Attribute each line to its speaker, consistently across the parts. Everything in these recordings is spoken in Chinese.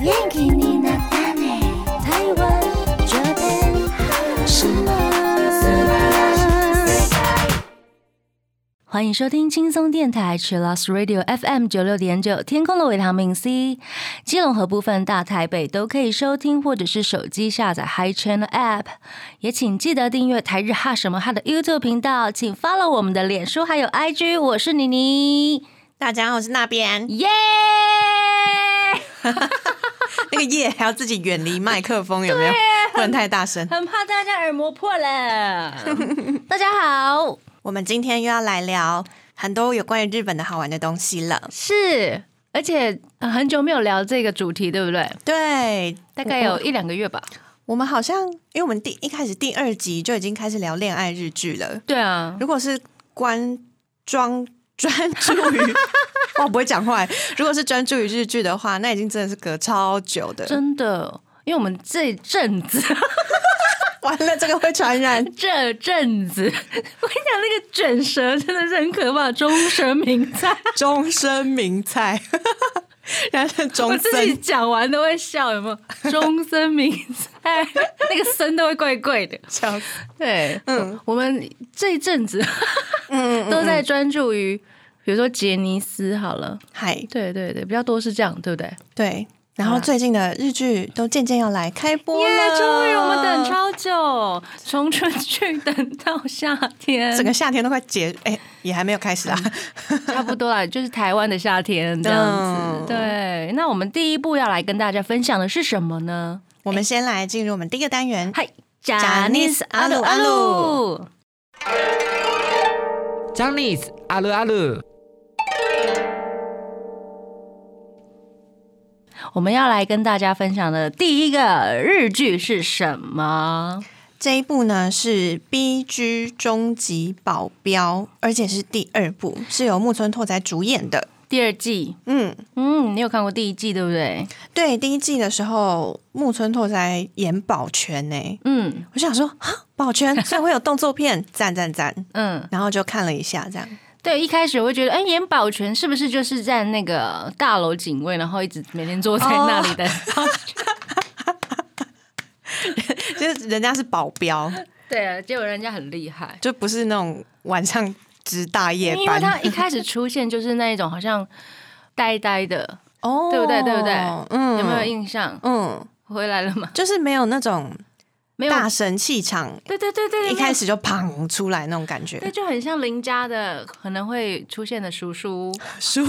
Speaker 1: 元気になったね台湾这边什么？
Speaker 2: 欢迎收听轻松电台 Chillus Radio FM 九六点九，天空的维他命 C。基隆和部分大台北都可以收听，或者是手机下载 Hi Channel App。也请记得订阅台日哈什么哈的 YouTube 频道，请 follow 我们的脸书还有 IG。我是妮妮，
Speaker 3: 大家好，我是那边
Speaker 2: 耶、
Speaker 3: 那个夜还要自己远离麦克风，有没有？不能太大声。
Speaker 2: 很怕大家耳膜破 了。大家好，
Speaker 3: 我们今天又要来聊很多有关于日本的好玩的东西了。
Speaker 2: 是，而且呃很久没有聊这个主题，对不对？
Speaker 3: 对，
Speaker 2: 大概有一两个月吧。
Speaker 3: 我们好像，因为我们第一开始第二集就已经开始聊恋爱日剧了。
Speaker 2: 对啊，
Speaker 3: 如果是关专 专注于， 哇，不会讲话。欸如果是专注于日剧的话，那已经真的是隔超久的。
Speaker 2: 真的，因为我们这阵子，
Speaker 3: 完了，这个会传染。
Speaker 2: 这阵子， 我跟你讲，那个卷舌真的是很可怕，中舌名菜，
Speaker 3: 终身名菜， 然后是
Speaker 2: 我
Speaker 3: 终
Speaker 2: 自己
Speaker 3: 身
Speaker 2: 讲完都会笑，有没有？中森名菜， 那个森都会怪怪的。
Speaker 3: 笑死
Speaker 2: 对，
Speaker 3: 嗯
Speaker 2: 我们这一阵子
Speaker 3: 嗯，
Speaker 2: 都在专注于，比如说杰尼斯好了，
Speaker 3: 嗨，
Speaker 2: 对对对，比较多是这样，对不对？
Speaker 3: 对。然
Speaker 2: 好
Speaker 3: 后
Speaker 2: 啦
Speaker 3: 最近的日剧都渐渐要来开播
Speaker 2: 耶
Speaker 3: 了，
Speaker 2: 终于我们等超久，从春去等到夏天，
Speaker 3: 整个夏天都快结，哎、也还没有开始啊。
Speaker 2: 差不多啦，就是台湾的夏嗯天这样子。
Speaker 3: 嗯
Speaker 2: 对，那我们第一步要来跟大家分享的是什么呢？
Speaker 3: 我们先来进入我们第一个单元，
Speaker 2: 嗨 j a n i
Speaker 3: Janice
Speaker 2: c e 阿
Speaker 3: 阿
Speaker 2: 鲁
Speaker 3: 鲁
Speaker 2: 阿
Speaker 3: 阿
Speaker 2: 鲁
Speaker 3: 鲁，
Speaker 4: ジャニーズあるある
Speaker 2: 我们要来跟大家分享的第一个日剧是什么？
Speaker 3: 这一部呢是《B G 终极保镖》，而且是第二部，是由木村拓哉主演的。
Speaker 2: 第二季，
Speaker 3: 嗯，
Speaker 2: 嗯，你有看过第一季对不对？
Speaker 3: 对，第一季的时候木村拓哉演保全呢、
Speaker 2: 嗯
Speaker 3: 我想说啊，保全虽然会有动作片，赞赞赞，
Speaker 2: 嗯，
Speaker 3: 然后就看了一下这样。
Speaker 2: 对，一开始我会觉得，哎，演保全是不是就是在那个大楼警卫，然后一直每天坐在那里的？
Speaker 3: 哦就是人家是保镖，
Speaker 2: 对啊，结果人家很厉害。
Speaker 3: 就不是那种晚上值大夜
Speaker 2: 因为
Speaker 3: 班，
Speaker 2: 他一开始出现就是那一种好像呆呆的，
Speaker 3: 哦
Speaker 2: 对不对对不对
Speaker 3: 嗯，
Speaker 2: 有没有？印象？
Speaker 3: 嗯，
Speaker 2: 回来了吗？
Speaker 3: 就是没有那种
Speaker 2: 没有。
Speaker 3: 大神气场，
Speaker 2: 对对对对，
Speaker 3: 一开
Speaker 2: 始
Speaker 3: 始就砰出来那种感
Speaker 2: 对
Speaker 3: 觉。
Speaker 2: 就很像邻家的可能会出现的叔 叔，
Speaker 3: 叔，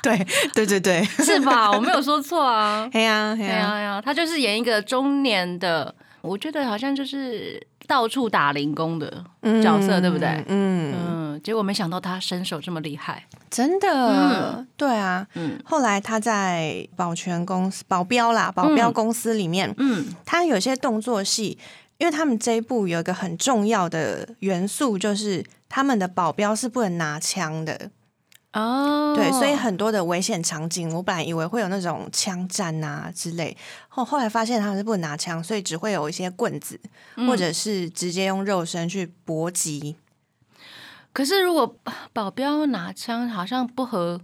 Speaker 3: 对 对对对，
Speaker 2: 是吧？我没有说错 啊。
Speaker 3: 嘿呀嘿
Speaker 2: 对
Speaker 3: 呀，
Speaker 2: 啊对啊，他就是演一个中年的，我觉得好像就是到处打零工的
Speaker 3: 嗯
Speaker 2: 角色，对不对？
Speaker 3: 嗯，
Speaker 2: 嗯，结果没想到他身手这么厉害。
Speaker 3: 真的，对啊。
Speaker 2: 嗯
Speaker 3: 后来他在保全公司、保镖啦、保镖
Speaker 2: 嗯
Speaker 3: 公司里面，
Speaker 2: 嗯，
Speaker 3: 他有些动作戏，因为他们这一部有一个很重要的元素，就是他们的保镖是不能拿枪的，
Speaker 2: 哦，
Speaker 3: 对，所以很多的危险场景，我本来以为会有那种枪战啊之类，后后来发现他们是不能拿枪，所以只会有一些棍子，
Speaker 2: 嗯
Speaker 3: 或者是直接用肉身去搏击。
Speaker 2: 可是如果保镖拿枪，好像不合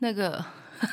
Speaker 2: 那个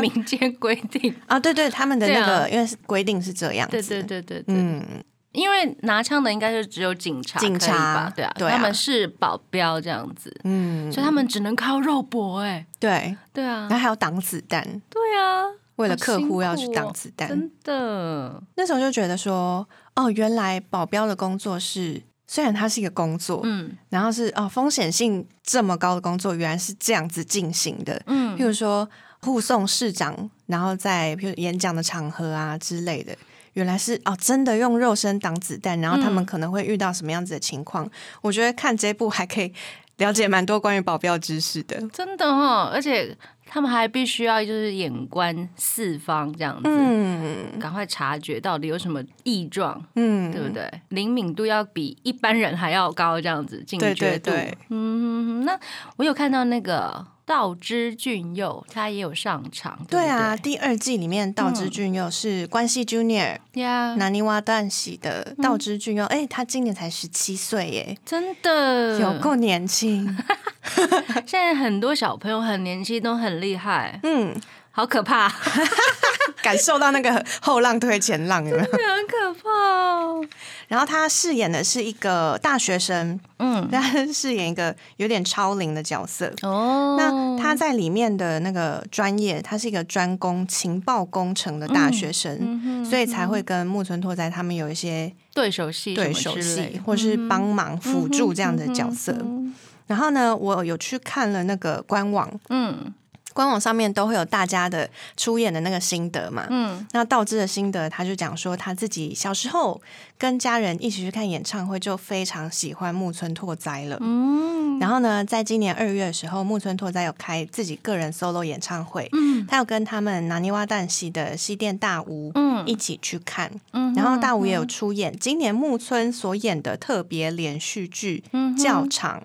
Speaker 2: 民间规 定。
Speaker 3: 啊，对对，他们的那
Speaker 2: 对
Speaker 3: 个，因为是规定是这样子，
Speaker 2: 对对，对对对，
Speaker 3: 嗯，
Speaker 2: 因为拿枪的应该就只有警察可以吧，
Speaker 3: 警察
Speaker 2: 对啊，
Speaker 3: 对啊
Speaker 2: 他们是保镖这样子，
Speaker 3: 嗯
Speaker 2: 所以他们只能靠肉搏、哎，
Speaker 3: 对，
Speaker 2: 对啊
Speaker 3: 然后，还要挡子弹，
Speaker 2: 对啊，
Speaker 3: 为了客户要去
Speaker 2: 好辛苦哦
Speaker 3: 挡子弹，
Speaker 2: 真的，
Speaker 3: 那时候就觉得说，哦，原来保镖的工作是，虽然它是一个工作，
Speaker 2: 嗯
Speaker 3: 然后是哦风险性这么高的工作，原来是这样子进行的。譬
Speaker 2: 嗯，
Speaker 3: 如说护送市长，然后在譬如演讲的场合啊之类的，原来是哦真的用肉身挡子弹，然后
Speaker 2: 嗯
Speaker 3: 他们可能会遇到什么样子的情况？我觉得看这部还可以了解蛮多关于保镖知识的。
Speaker 2: 真的哦，而且他们还必须要就是眼观四方这样子，
Speaker 3: 嗯
Speaker 2: 赶快察觉到底有什么异状，
Speaker 3: 嗯，
Speaker 2: 对不对？灵敏度要比一般人还要高，这样子警觉
Speaker 3: 对
Speaker 2: 度。
Speaker 3: 对对
Speaker 2: 嗯，那我有看到那个道之俊佑，他也有上场。对嗯
Speaker 3: 对
Speaker 2: 不
Speaker 3: 啊，第二季里面道之俊佑是关系 Junior，、
Speaker 2: 对呀
Speaker 3: 南泥洼旦喜的道之俊佑，哎、他今年才十七岁耶，
Speaker 2: 真的
Speaker 3: 有够年 轻。
Speaker 2: 现在很多小朋友很年轻，都很厉害，
Speaker 3: 嗯，
Speaker 2: 好可怕，
Speaker 3: 感受到那个后浪推前浪，有没有？
Speaker 2: 很可怕、哦。
Speaker 3: 然后他饰演的是一个大学生，
Speaker 2: 嗯，
Speaker 3: 他饰演一个有点超龄的角色。
Speaker 2: 哦，
Speaker 3: 那他在里面的那个专业，他是一个专攻情报工程的大学生，所以才会跟木村拓哉他们有一些
Speaker 2: 对手戏什
Speaker 3: 对
Speaker 2: 么
Speaker 3: 手
Speaker 2: 之类
Speaker 3: 戏
Speaker 2: 的，
Speaker 3: 或是帮忙辅助这样的角色。然后呢，我有去看了那个官网，
Speaker 2: 嗯
Speaker 3: 官网上面都会有大家的出演的那个心得嘛。
Speaker 2: 嗯，
Speaker 3: 那道之的心得，他就讲说他自己小时候跟家人一起去看演唱会，就非常喜欢木村拓哉了。嗯，然后呢，在今年二月的时候，木村拓哉有开自己个人 solo 演唱会，嗯，他有跟他们拿尼哇旦系的西电大屋，嗯，一起去看，嗯，然后大吴也有出演今年木村所演的特别连续剧《教场》，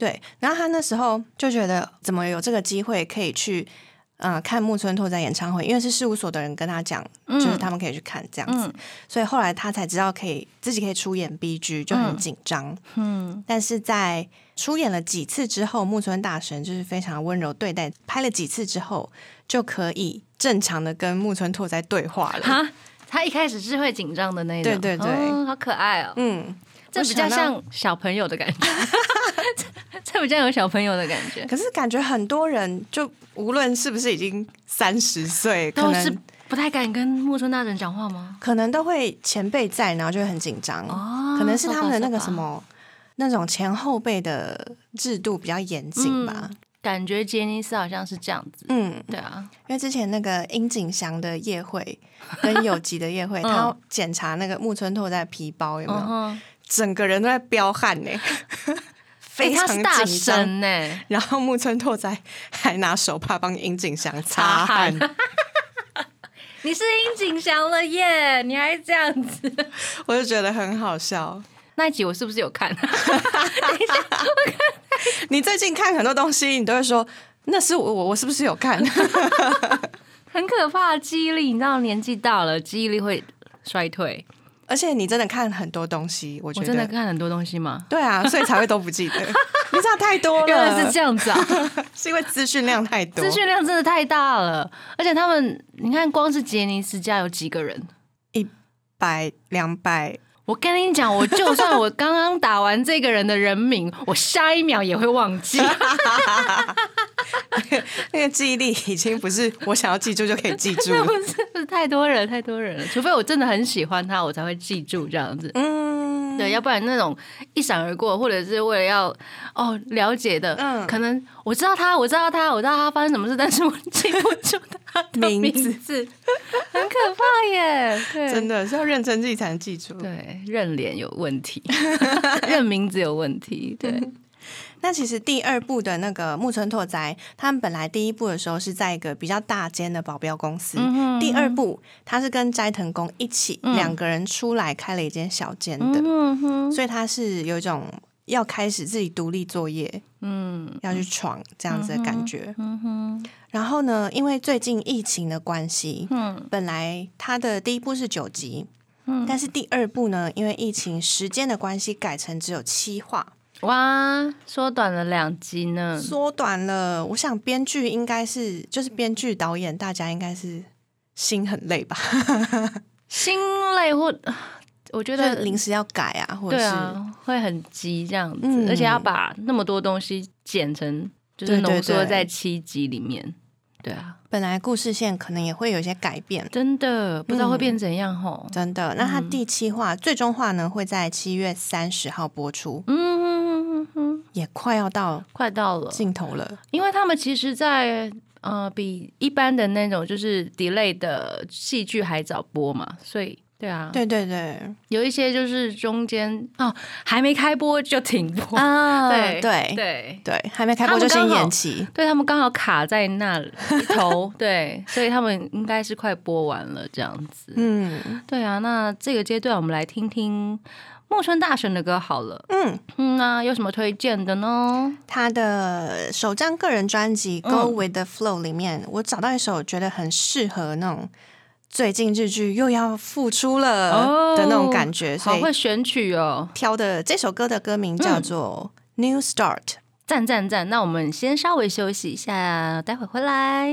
Speaker 3: 对，然后他那时候就觉得怎么有这个机会可以去，呃，看木村拓哉演唱会，因为是事务所的人跟他讲，就是他们可以去看这样子，所以后来他才知道可以自己可以出演 BG，就很紧张。嗯，但是在出演了几次之后，木村大神就是非常温柔对待，拍了几次之后就可以正常的跟木村拓哉对话了。
Speaker 2: 哈，他一开始是会紧张的那种，
Speaker 3: 对对对
Speaker 2: 哦好可爱哦，
Speaker 3: 嗯，
Speaker 2: 这
Speaker 3: 我
Speaker 2: 比较
Speaker 3: 想到
Speaker 2: 像小朋友的感觉， 这这比较有小朋友的感觉，
Speaker 3: 可是感觉很多人就无论是不是已经三十岁，可
Speaker 2: 都
Speaker 3: 能
Speaker 2: 是不太敢跟陌生大人讲话吗？
Speaker 3: 可能都会前辈在，然后就会很紧张。
Speaker 2: 哦
Speaker 3: 可能是他们的那个
Speaker 2: 是吧
Speaker 3: 什么那种前后辈的制度比较严谨吧。
Speaker 2: 感觉杰尼斯好像是这样子，
Speaker 3: 嗯
Speaker 2: 对啊，
Speaker 3: 因为之前那个樱井翔的夜会跟有吉的夜 会，他要检查那个木村拓哉的皮包有没有，
Speaker 2: 嗯哼，
Speaker 3: 整个人都在彪悍 呢、
Speaker 2: 哎，
Speaker 3: 非
Speaker 2: 他
Speaker 3: 常
Speaker 2: 是大
Speaker 3: 紧张。
Speaker 2: 神呢，
Speaker 3: 然后木村拓哉还拿手帕帮樱井翔擦汗，
Speaker 2: 你是樱井翔了耶，你还这样子。
Speaker 3: 我就觉得很好笑。
Speaker 2: 那一集我是不是有看？ 等一下，我看
Speaker 3: 你最近看很多东西，你都会说那是我我我是不是有看？
Speaker 2: 很可怕的记忆力，你知道年纪大了记忆力会衰退。
Speaker 3: 而且你真的看很多东西，我觉
Speaker 2: 我
Speaker 3: 得
Speaker 2: 真的看很多东西吗？
Speaker 3: 对啊，所以才会都不 记得。你知道太多了，
Speaker 2: 原来是这样 子啊，
Speaker 3: 是因为资讯量太多
Speaker 2: 资，讯量真的太大了，而且他们，你看光是杰尼斯家有几个人？
Speaker 3: 一百两百，
Speaker 2: 我跟你讲，我就算我刚刚打完这个人的人名， 我下一秒也会忘 记。
Speaker 3: 那个记忆力已经不是我想要记住就可以记住
Speaker 2: 那
Speaker 3: 了
Speaker 2: 不。是不是太多人太多人了，除非我真的很喜欢他，我才会记住这样子。
Speaker 3: 嗯，
Speaker 2: 对，要不然那种一闪而过，或者是为了要哦了解的，
Speaker 3: 嗯
Speaker 2: 可能我知道他，我知道他，我知道他发生什么事，但是我记不住他的
Speaker 3: 名
Speaker 2: 名
Speaker 3: 字
Speaker 2: 字，很可怕耶！对，
Speaker 3: 真的是要认真记才能记住。
Speaker 2: 对认脸有问题， 认名字有问题，对，
Speaker 3: 那其实第二部的那个木村拓哉，他们本来第一部的时候是在一个比较大间的保镖公司，第二部他是跟斋藤工一起、两个人出来开了一间小间的，所以他是有一种要开始自己独立作业，嗯，要去闯这样子的感觉。然后呢，因为最近疫情的关系，嗯，本来他的第一部是九集。但是第二部呢，因为疫情时间的关系，改成只有七话。
Speaker 2: 哇，缩短了两集呢，
Speaker 3: 缩短了。我想编剧应该是，就是编剧导演，大家应该是心很累吧？
Speaker 2: 心累或 我觉
Speaker 3: 就
Speaker 2: 得
Speaker 3: 是临时要改啊，或者
Speaker 2: 对
Speaker 3: 是、
Speaker 2: 啊，会很急这样子，
Speaker 3: 嗯
Speaker 2: 而且要把那么多东西剪成，就是
Speaker 3: 对对
Speaker 2: 浓缩
Speaker 3: 对
Speaker 2: 在七集里面。对啊，
Speaker 3: 本来故事线可能也会有一些改变。
Speaker 2: 真的不知道会变
Speaker 3: 嗯
Speaker 2: 怎样吼。
Speaker 3: 真的，那
Speaker 2: 嗯
Speaker 3: 它第七话、最终话呢，会在七月三十号播出，
Speaker 2: 嗯，嗯嗯嗯
Speaker 3: 也快要到
Speaker 2: 快到了，
Speaker 3: 尽头了。
Speaker 2: 因为他们其实在，呃比一般的那种就是 delay 的戏剧还早播嘛，所以对啊，
Speaker 3: 对对对，
Speaker 2: 有一些就是中间哦还没开播就停播，
Speaker 3: 啊
Speaker 2: 对
Speaker 3: 对
Speaker 2: 对。
Speaker 3: 对，还没开播就
Speaker 2: 他
Speaker 3: 先
Speaker 2: 们刚好
Speaker 3: 延期。
Speaker 2: 对他们刚好卡在那里头， 对，所以他们应该是快播完了这样子。
Speaker 3: 嗯
Speaker 2: 对啊，那这个阶段我们来听听木村大神的歌好了。
Speaker 3: 嗯，
Speaker 2: 嗯啊，有什么推荐的呢？
Speaker 3: 他的首张个人专辑《Go with the Flow》里面，我找到一首觉得很适合那种最近日剧又要复出
Speaker 2: 哦
Speaker 3: 了呃的那种感觉，所
Speaker 2: 好会嗯
Speaker 3: 以
Speaker 2: 选曲哦，
Speaker 3: 挑的这首歌的歌名叫做《New Start》。
Speaker 2: 赞赞赞！那我们先稍微休息一下，待会回来。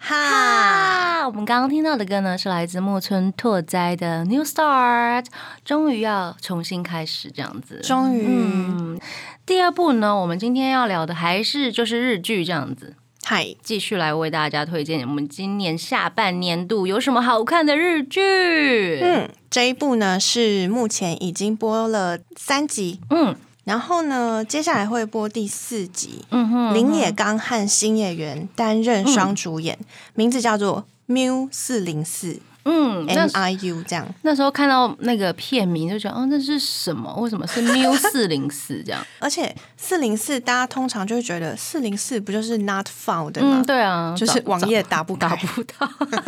Speaker 3: 哈，
Speaker 2: 哈？我们刚刚听到的歌呢，是来自木村拓哉的《New Start》，终于要重新开始这样子。
Speaker 3: 终于，
Speaker 2: 嗯，第二部呢，我们今天要聊的还是就是日剧这样子，
Speaker 3: 嗨，
Speaker 2: 继续来为大家推荐我们今年下半年度有什么好看的日剧。
Speaker 3: 嗯，这一部呢是目前已经播了三集，
Speaker 2: 嗯
Speaker 3: 然后呢，接下来会播第四集。
Speaker 2: 嗯哼，
Speaker 3: 林野刚和新演员担任双主演，名字叫做 Miu 四零四
Speaker 2: 嗯，那
Speaker 3: M I U 这样，
Speaker 2: 那时候看到那个片名就觉得，哦，那是什么？为什么 是 New 四零四这样？
Speaker 3: 而且四零四大家通常就会觉得四零四不就是 Not Found 吗？
Speaker 2: 嗯，对啊，
Speaker 3: 就
Speaker 2: 找
Speaker 3: 是网页打不
Speaker 2: 找
Speaker 3: 开
Speaker 2: 打，不到。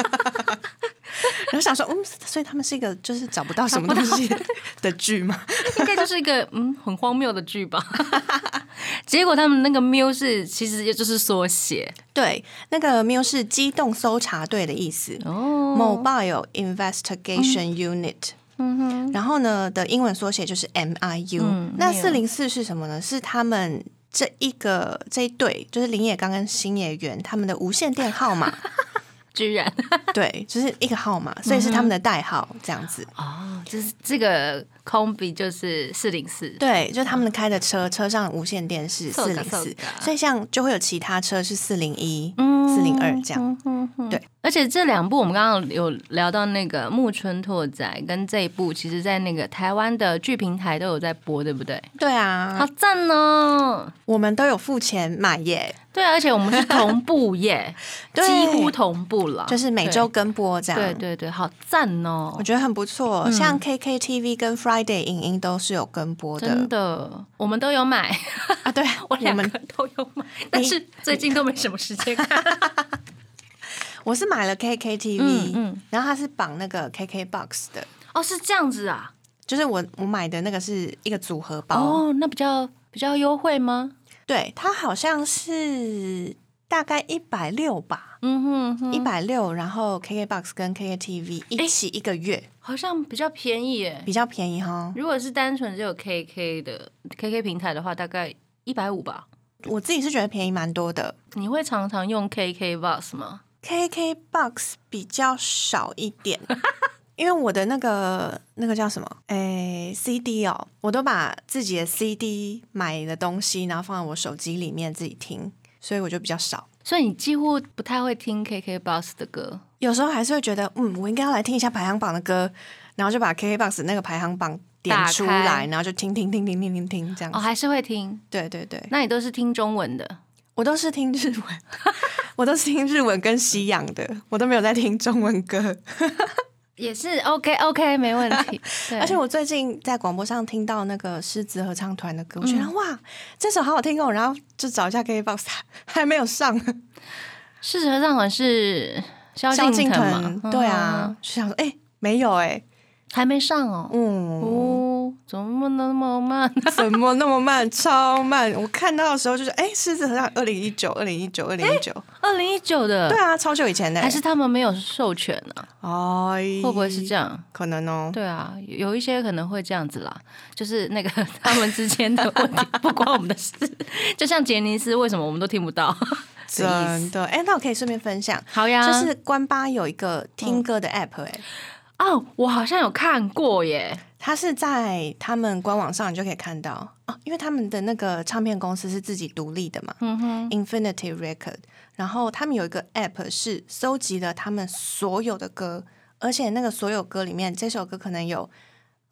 Speaker 3: 然后想说，嗯，所以他们是一个就是找不到什么东西的的剧吗？
Speaker 2: 应该就是一个嗯很荒谬的剧 吧。结果他们那个 “miu” 是其实也就是缩写
Speaker 3: 对，那个 Miu 是机动搜查队的意思、
Speaker 2: 哦
Speaker 3: m o b i l e Investigation Unit。
Speaker 2: 嗯哼，
Speaker 3: 然后呢的英文缩写就是 MIU、
Speaker 2: 嗯
Speaker 3: 那
Speaker 2: 没有
Speaker 3: 四零四是什么呢？是他们这一个这一对，就是林野刚跟新野原他们的无线电号 码，
Speaker 2: 居然
Speaker 3: 对，就是一个号码，所以是他们的代号这样子。
Speaker 2: 哦，就是这个 combi 就是四零四，
Speaker 3: 对，就是他们开的车，车上无线电是
Speaker 2: 搜
Speaker 3: 四
Speaker 2: 个
Speaker 3: 零
Speaker 2: 搜个
Speaker 3: 四，所以像就会有其他车是四零一、
Speaker 2: 嗯
Speaker 3: 四零二这样。
Speaker 2: 嗯哼哼
Speaker 3: 对，
Speaker 2: 而且这两部我们刚刚有聊到那个木村拓哉跟这一部，其实在那个台湾的剧平台都有在播，对不对？
Speaker 3: 对啊
Speaker 2: 好，赞哦！
Speaker 3: 我们都有付钱买耶，
Speaker 2: 对啊，而且我们是同步耶，
Speaker 3: 对
Speaker 2: 几乎同步了，
Speaker 3: 就是每周跟播这样。
Speaker 2: 哦对对对对，好赞哦！
Speaker 3: 我觉得很不错，像 KKTV 跟 Friday 影音都是有跟播的，
Speaker 2: 真的，我们都有买，
Speaker 3: 啊，对，
Speaker 2: 我
Speaker 3: 我
Speaker 2: 两个
Speaker 3: 们
Speaker 2: 都有买，但是最近都没什么时间 看。
Speaker 3: 我是买了 KKTV，、
Speaker 2: 嗯嗯
Speaker 3: 然后它是绑那个 KKBox 的，
Speaker 2: 哦，是这样子啊？
Speaker 3: 就是我我买的那个是一个组合包，
Speaker 2: 哦，那比较比较优惠吗？
Speaker 3: 对，它好像是大概一百六吧，
Speaker 2: 嗯哼嗯哼，
Speaker 3: 一百六，然后 KKBox 跟 KKTV 一起一个月，
Speaker 2: 好像比较便宜耶。
Speaker 3: 比较便宜哈。
Speaker 2: 如果是单纯只有 KK 的 KK 平台的话，大概一百五吧。
Speaker 3: 我自己是觉得便宜蛮多的
Speaker 2: 你会常常用 KK Box 吗？
Speaker 3: ，KKBox 比较少一 点。因为我的那个那个叫什么，诶 c d 哦，我都把自己的 CD 买的东西，然后放在我手机里面自己听，所以我就比较少。
Speaker 2: 所以你几乎不太会听 KK Box 的歌。
Speaker 3: 有时候还是会觉得，嗯，我应该要来听一下排行榜的歌，然后就把 KKBOX 那个排行榜点出
Speaker 2: 打开
Speaker 3: 来，然后就听听听听听听听这样子。
Speaker 2: 哦，还是会听。
Speaker 3: 对对对，
Speaker 2: 那你都是听中文的？
Speaker 3: 我都是听日 文，我都是听日文跟西洋的，我都没有在听中文歌。
Speaker 2: 也是 OK OK，没问 题。对
Speaker 3: 而且我最近在广播上听到那个狮子合唱团的歌，我觉得、
Speaker 2: 嗯
Speaker 3: 哇，这首好好听哦，然后就找一下 KKBOX 还没有上，
Speaker 2: 事实上好像哦是萧
Speaker 3: 萧
Speaker 2: 敬
Speaker 3: 敬
Speaker 2: 腾嘛，嗯
Speaker 3: 腾，对啊，就想说，哎、没有哎、
Speaker 2: 还没上哦。
Speaker 3: 嗯，
Speaker 2: 哦，怎么那么慢？
Speaker 3: 怎么那么慢？超慢！我看到的时候就是，哎、狮子合唱二零一九、二零一九、二零一九，
Speaker 2: 二零一九的，
Speaker 3: 对啊，超久以前的、
Speaker 2: 还是他们没有授权呢、
Speaker 3: 哎，
Speaker 2: 会不会是这
Speaker 3: 样？
Speaker 2: 样？
Speaker 3: 可能哦。
Speaker 2: 对啊，有有一些可能会这样子啦，就是那个 他们之间的问题，不关我们的事。就像杰尼斯，为什么我们都听不到？
Speaker 3: 真的，哎、那我可以顺便分享，
Speaker 2: 好呀，
Speaker 3: 就是关八有一个
Speaker 2: 嗯
Speaker 3: 听歌的 app，哎、
Speaker 2: 哦，我好像有看过耶。
Speaker 3: 它是在他们官网上你就可以看到哦，因为他们的那个唱片公司是自己独立的嘛、
Speaker 2: 嗯哼，
Speaker 3: i n f i n i t y Record，然后他们有一个 app 是收集了他们所有的歌，而且那个所有歌里面，这首歌可能有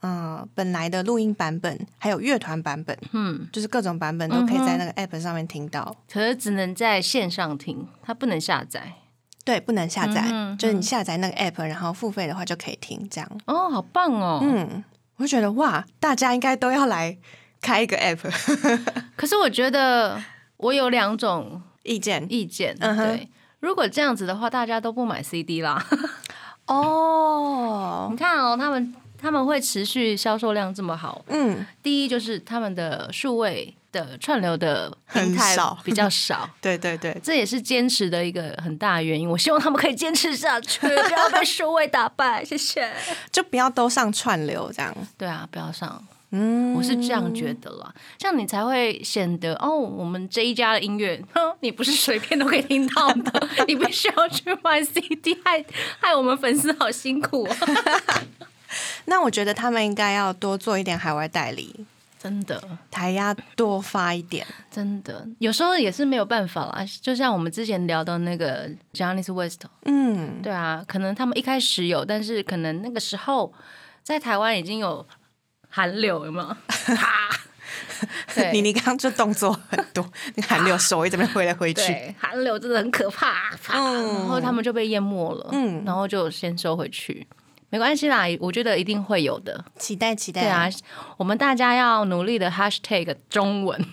Speaker 3: 嗯、呃本来的录音版本，还有乐团版本，
Speaker 2: 嗯，
Speaker 3: 就是各种版本都可以在那个 app 上面听到。
Speaker 2: 可是只能在线上听，它不能下载。
Speaker 3: 对，不能下载，
Speaker 2: 嗯哼
Speaker 3: 就是你下载那个 app，然后付费的话就可以听这样。
Speaker 2: 哦，好棒哦。
Speaker 3: 嗯，我就觉得哇，大家应该都要来开一个 app。
Speaker 2: 可是我觉得我有两种
Speaker 3: 意见
Speaker 2: 意见，
Speaker 3: 嗯哼
Speaker 2: 对。如果这样子的话，大家都不买 CD 啦。
Speaker 3: 哦
Speaker 2: 你，看哦，他们他们会持续销售量这么好，
Speaker 3: 嗯，
Speaker 2: 第一就是他们的数位的串流的平台
Speaker 3: 很少
Speaker 2: 比较少。
Speaker 3: 对对对，
Speaker 2: 这也是坚持的一个很大原因，我希望他们可以坚持下去，不要被数位打败。谢 谢。
Speaker 3: 就不要都上串流这样。
Speaker 2: 对啊，不要上，
Speaker 3: 嗯，
Speaker 2: 我是这样觉得啦，这样你才会显得哦，我们这一家的音乐， 哼，你不是随便都可以听到 的，你必须要去买 CD，害害我们粉丝好辛苦、 哦，
Speaker 3: 那我觉得他们应该要多做一点海外代理，
Speaker 2: 真的。
Speaker 3: 台压多发一点。
Speaker 2: 真的，有时候也是没有办法啦。就像我们之前聊的那个 j o n n y s West，
Speaker 3: 嗯，
Speaker 2: 对啊，可能他们一开始有，但是可能那个时候在台湾已经有韩流，有没 有？哈，对，
Speaker 3: 你你刚刚就动作很 多，你喊六手一直在那边挥来挥去。
Speaker 2: 对，韩流真的很可怕，啪然后他们就被淹没了，
Speaker 3: 嗯
Speaker 2: 然后就先收回去，没关系啦，我觉得一定会有的。
Speaker 3: 期待期待
Speaker 2: 对啊，我们大家要努力的 hashtag 中文，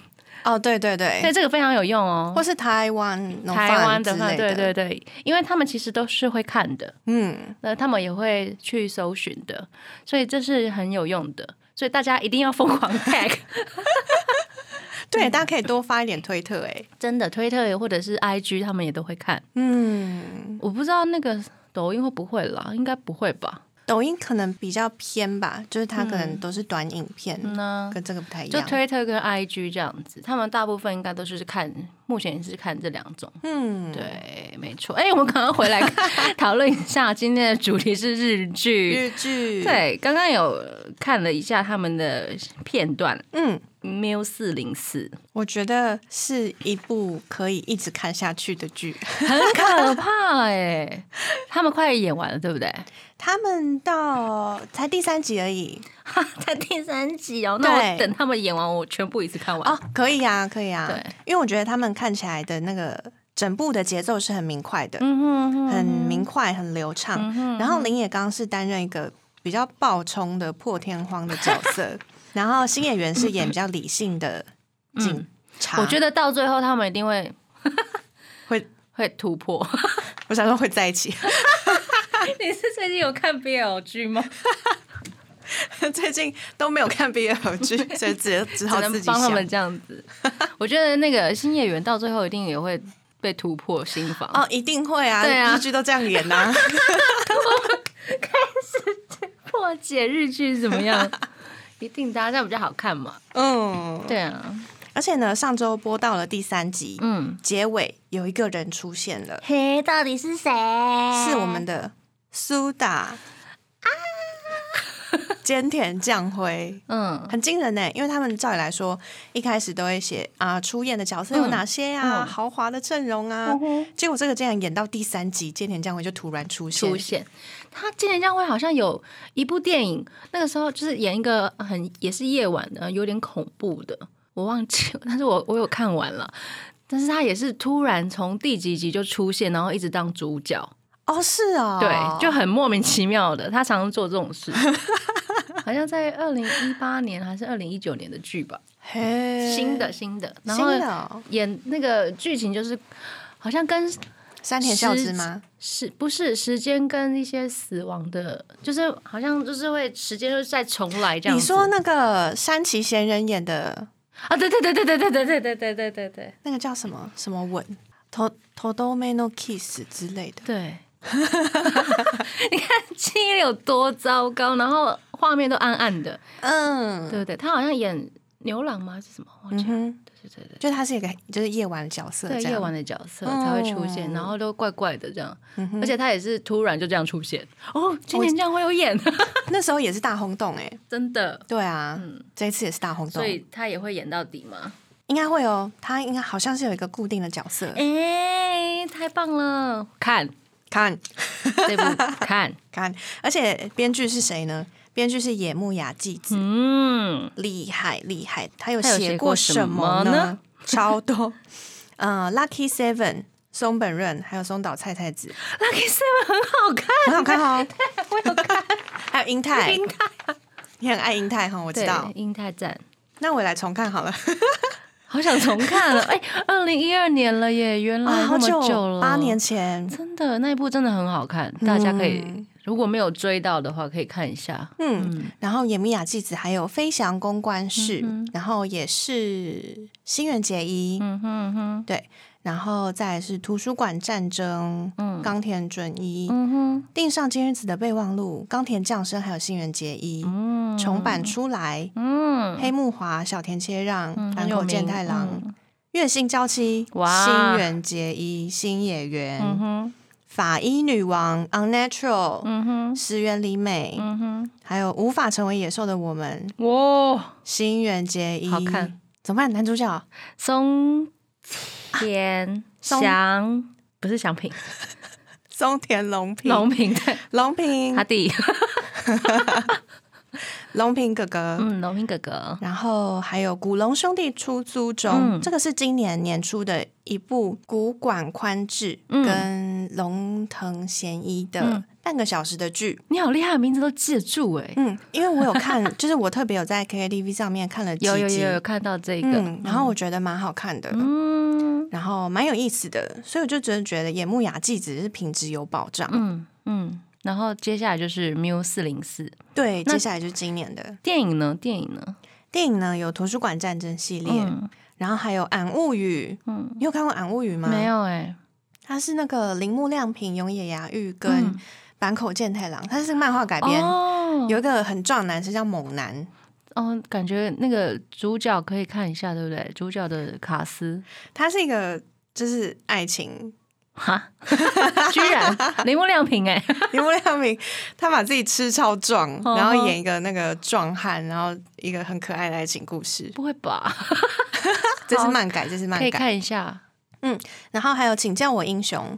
Speaker 3: 哦，对对对，
Speaker 2: 对这个非常有用哦。
Speaker 3: 或是台湾农
Speaker 2: 台
Speaker 3: 饭
Speaker 2: 湾的
Speaker 3: 之
Speaker 2: 话，
Speaker 3: 类
Speaker 2: 对对对，因为他们其实都是会看的，
Speaker 3: 嗯，
Speaker 2: 那他们也会去搜寻的，所以这是很有用的。所以大家一定要疯 狂 tag，
Speaker 3: 对，大家可以多发一点推特，哎，
Speaker 2: 真的，推特或者是 IG 他们也都会看。
Speaker 3: 嗯，
Speaker 2: 我不知道那个抖音会不会啦，应该不会吧？
Speaker 3: 抖音可能比较偏吧，就是它可能都是短影片，
Speaker 2: 嗯呢，
Speaker 3: 跟这个不太一
Speaker 2: 就
Speaker 3: 样。
Speaker 2: 推特跟 IG 这样子，他们大部分应该都是看，目前也是看这两 种。
Speaker 3: 嗯，
Speaker 2: 对，没错。哎、我们刚刚回来 讨论一下，今天的主题是日剧。
Speaker 3: 日剧，，
Speaker 2: 对，刚刚有看了一下他们的片段，
Speaker 3: 嗯，
Speaker 2: 《喵四零四
Speaker 3: 我觉得是一部可以一直看下去的剧。》
Speaker 2: 很可怕哎、他们快演完了，对不对？
Speaker 3: 他们到才第三集而已
Speaker 2: 在第三集哦，那我
Speaker 3: 对
Speaker 2: 等他们演完，我全部一次看完。
Speaker 3: 哦，可以啊，可以啊，
Speaker 2: 对，
Speaker 3: 因为我觉得他们看起来的那个整部的节奏是很明快的，
Speaker 2: 嗯哼哼嗯
Speaker 3: 很明快，很流畅。然后林野刚是担任一个比较暴冲的破天荒的角 色，然后新演员是演比较理性的警察。
Speaker 2: 嗯我觉得到最后他们一定会
Speaker 3: 会，
Speaker 2: 会突破。
Speaker 3: 我想说会在一起。
Speaker 2: 你是最近有看 BL 剧吗？
Speaker 3: 最近都没有看 BL 剧，所以只只
Speaker 2: 只
Speaker 3: 好自
Speaker 2: 能
Speaker 3: 己
Speaker 2: 帮他
Speaker 3: 想。
Speaker 2: 们这样子。我觉得那个新演员到最后一定也会被突破心房。
Speaker 3: 哦，一定会啊！
Speaker 2: 对啊
Speaker 3: 日剧都这样 演呐、啊。
Speaker 2: 破解日剧怎么 样？一定大家这样比较好看嘛。
Speaker 3: 嗯，
Speaker 2: 对啊，
Speaker 3: 而且呢，上周播到了第三集，
Speaker 2: 嗯，
Speaker 3: 结尾有一个人出现了，
Speaker 1: 嘿，到底是谁？
Speaker 3: 是我们的苏打。
Speaker 2: 啊
Speaker 3: 菅田将晖，
Speaker 2: 嗯，
Speaker 3: 很惊人呢、因为他们照理来说，一开始都会写啊出演的角色有哪些啊，
Speaker 2: 嗯
Speaker 3: 豪华的阵容啊，结果这个竟然演到第三集，菅田将晖就突然出现，
Speaker 2: 出现。他今年将会好像有一部电影，那个时候就是演一个很也是夜晚的，有点恐怖的，我忘记了，但是我我有看完了。但是他也是突然从第几集就出现，然后一直当主角，
Speaker 3: 哦，是哦，
Speaker 2: 对，就很莫名其妙的。他常常做这种事， 好像在二零一八年还是二零一九年的剧吧，
Speaker 3: 嘿
Speaker 2: 新的新的，然
Speaker 3: 新
Speaker 2: 后
Speaker 3: 的哦、
Speaker 2: 演那个剧情就是好像跟
Speaker 3: 山田孝之吗？
Speaker 2: 是不是时间跟一些死亡的，就是好像就是会时间会再重来这样
Speaker 3: 你
Speaker 2: 子。
Speaker 3: 说那个山崎贤人演的
Speaker 2: 啊？对对对对对对对对对对对对对
Speaker 3: 那个叫什么什么吻，头头都没 no kiss 之类的，
Speaker 2: 对。 你看记忆力有多糟糕，然后画面都暗暗的，
Speaker 3: 嗯，
Speaker 2: 对不对？他好像演牛郎吗？还是什么？忘记
Speaker 3: 嗯
Speaker 2: 了。
Speaker 3: 哼，
Speaker 2: 对对对
Speaker 3: 就他是一个就是夜晚的角色，
Speaker 2: 对，对
Speaker 3: 这样
Speaker 2: 夜晚的角色才会出现，
Speaker 3: 哦嗯
Speaker 2: 然后都怪怪的这样，而且他也是突然就这样出现。哦，今年这样会有演，
Speaker 3: 那时候也是大轰动哎、
Speaker 2: 真的。
Speaker 3: 对啊，这一次也是大轰动
Speaker 2: 嗯所，以他也会演到底吗？
Speaker 3: 应该会哦，他应该好像是有一个固定的角色，
Speaker 2: 哎、太棒了！看
Speaker 3: 看
Speaker 2: 这部，看，
Speaker 3: 看，而且编剧是谁呢？编剧是野木雅纪子，
Speaker 2: 嗯，
Speaker 3: 厉害厉害，他有
Speaker 2: 他有
Speaker 3: 写
Speaker 2: 写过
Speaker 3: 什
Speaker 2: 什么
Speaker 3: 么
Speaker 2: 呢？
Speaker 3: 超多，呃，Lucky Seven。松本润还有松岛菜菜子，
Speaker 2: 《Lucky Seven》很好看，
Speaker 3: 很好看哦。 还有英泰，英泰，你很爱英泰哈，我知道
Speaker 2: 哎对，。英泰赞，
Speaker 3: 那我也来重看好了，
Speaker 2: 好想重看了。 哎、二零一二年 了耶，原来那么
Speaker 3: 好
Speaker 2: 了，
Speaker 3: 啊八年前，
Speaker 2: 嗯真的那一部真的很好看，大家可以如果没有追到的话，可以看一下。
Speaker 3: 嗯，
Speaker 2: 嗯，
Speaker 3: 然后野米雅纪子还有飞翔公关室，
Speaker 2: 嗯哼
Speaker 3: 然后也是新垣结衣，
Speaker 2: 嗯哼嗯哼，
Speaker 3: 然后再来是图书馆战争、
Speaker 2: 嗯
Speaker 3: 冈田准一、
Speaker 2: 嗯哼，
Speaker 3: 定上今日子的备忘录、冈田降生，还有新垣结衣、
Speaker 2: 嗯，
Speaker 3: 重版出来、
Speaker 2: 嗯，
Speaker 3: 黑木华、小田切让、
Speaker 2: 嗯
Speaker 3: 坂
Speaker 2: 很有
Speaker 3: 口
Speaker 2: 名
Speaker 3: 健太郎、
Speaker 2: 嗯
Speaker 3: 月薪娇妻、
Speaker 2: 哇
Speaker 3: 新垣结衣、新野原、
Speaker 2: 嗯哼，
Speaker 3: 法医女王、Unnatural、
Speaker 2: 嗯哼，
Speaker 3: 石原里美，
Speaker 2: 嗯哼，嗯啊
Speaker 3: 还有无法成为野兽的我们、
Speaker 2: 哇，
Speaker 3: 新垣结衣，
Speaker 2: 好看。
Speaker 3: 怎么办？男主角
Speaker 2: 松田
Speaker 3: 松
Speaker 2: 翔不是祥平，
Speaker 3: 松田龙平，
Speaker 2: 龙平对，
Speaker 3: 龙平
Speaker 2: 他，弟，
Speaker 3: 龙平哥哥。
Speaker 2: 嗯，龙平哥哥，
Speaker 3: 然后还有《古龙兄弟出租中》
Speaker 2: 嗯
Speaker 3: 这个是今年年初的一部古管宽治
Speaker 2: 嗯
Speaker 3: 跟龙腾贤一的
Speaker 2: 嗯
Speaker 3: 半个小时的剧。
Speaker 2: 你好厉害，名字都记得住哎，
Speaker 3: 嗯，因为我有看， 就是我特别有在 KKTV 上面看了几集，
Speaker 2: 有有有有看到这个，
Speaker 3: 嗯，然后我觉得蛮好看的，
Speaker 2: 嗯
Speaker 3: 然后蛮有意思的，所以我就真的觉得野木雅纪子是品质有保障。
Speaker 2: 嗯嗯，然后接下来就是 Miu 四零四
Speaker 3: 对，
Speaker 2: 那
Speaker 3: 接下来就是今年的
Speaker 2: 电影呢，电影呢，
Speaker 3: 电影呢，有《图书馆战争》系列，
Speaker 2: 嗯
Speaker 3: 然后还有《俺物语》，
Speaker 2: 嗯，
Speaker 3: 你有看过《俺物语》吗？
Speaker 2: 没有哎，
Speaker 3: 它是那个铃木亮平、永野芽郁跟
Speaker 2: 嗯
Speaker 3: 坂口健太郎，它是漫画改编。
Speaker 2: 哦
Speaker 3: 有一个很壮的男生叫猛男，
Speaker 2: 哦，感觉那个主角可以看一下，对不对？主角的卡斯，
Speaker 3: 他是一个就是爱情。
Speaker 2: 哈， 居然铃木亮 平哎、
Speaker 3: 铃木亮平他把自己吃超壮，
Speaker 2: 哦
Speaker 3: 然后演一个那个壮汉，然后一个很可爱的爱情故事。
Speaker 2: 不会吧？
Speaker 3: 这是漫改，这是漫
Speaker 2: 可以
Speaker 3: 改。
Speaker 2: 看一下。
Speaker 3: 然后还有《请叫我英雄》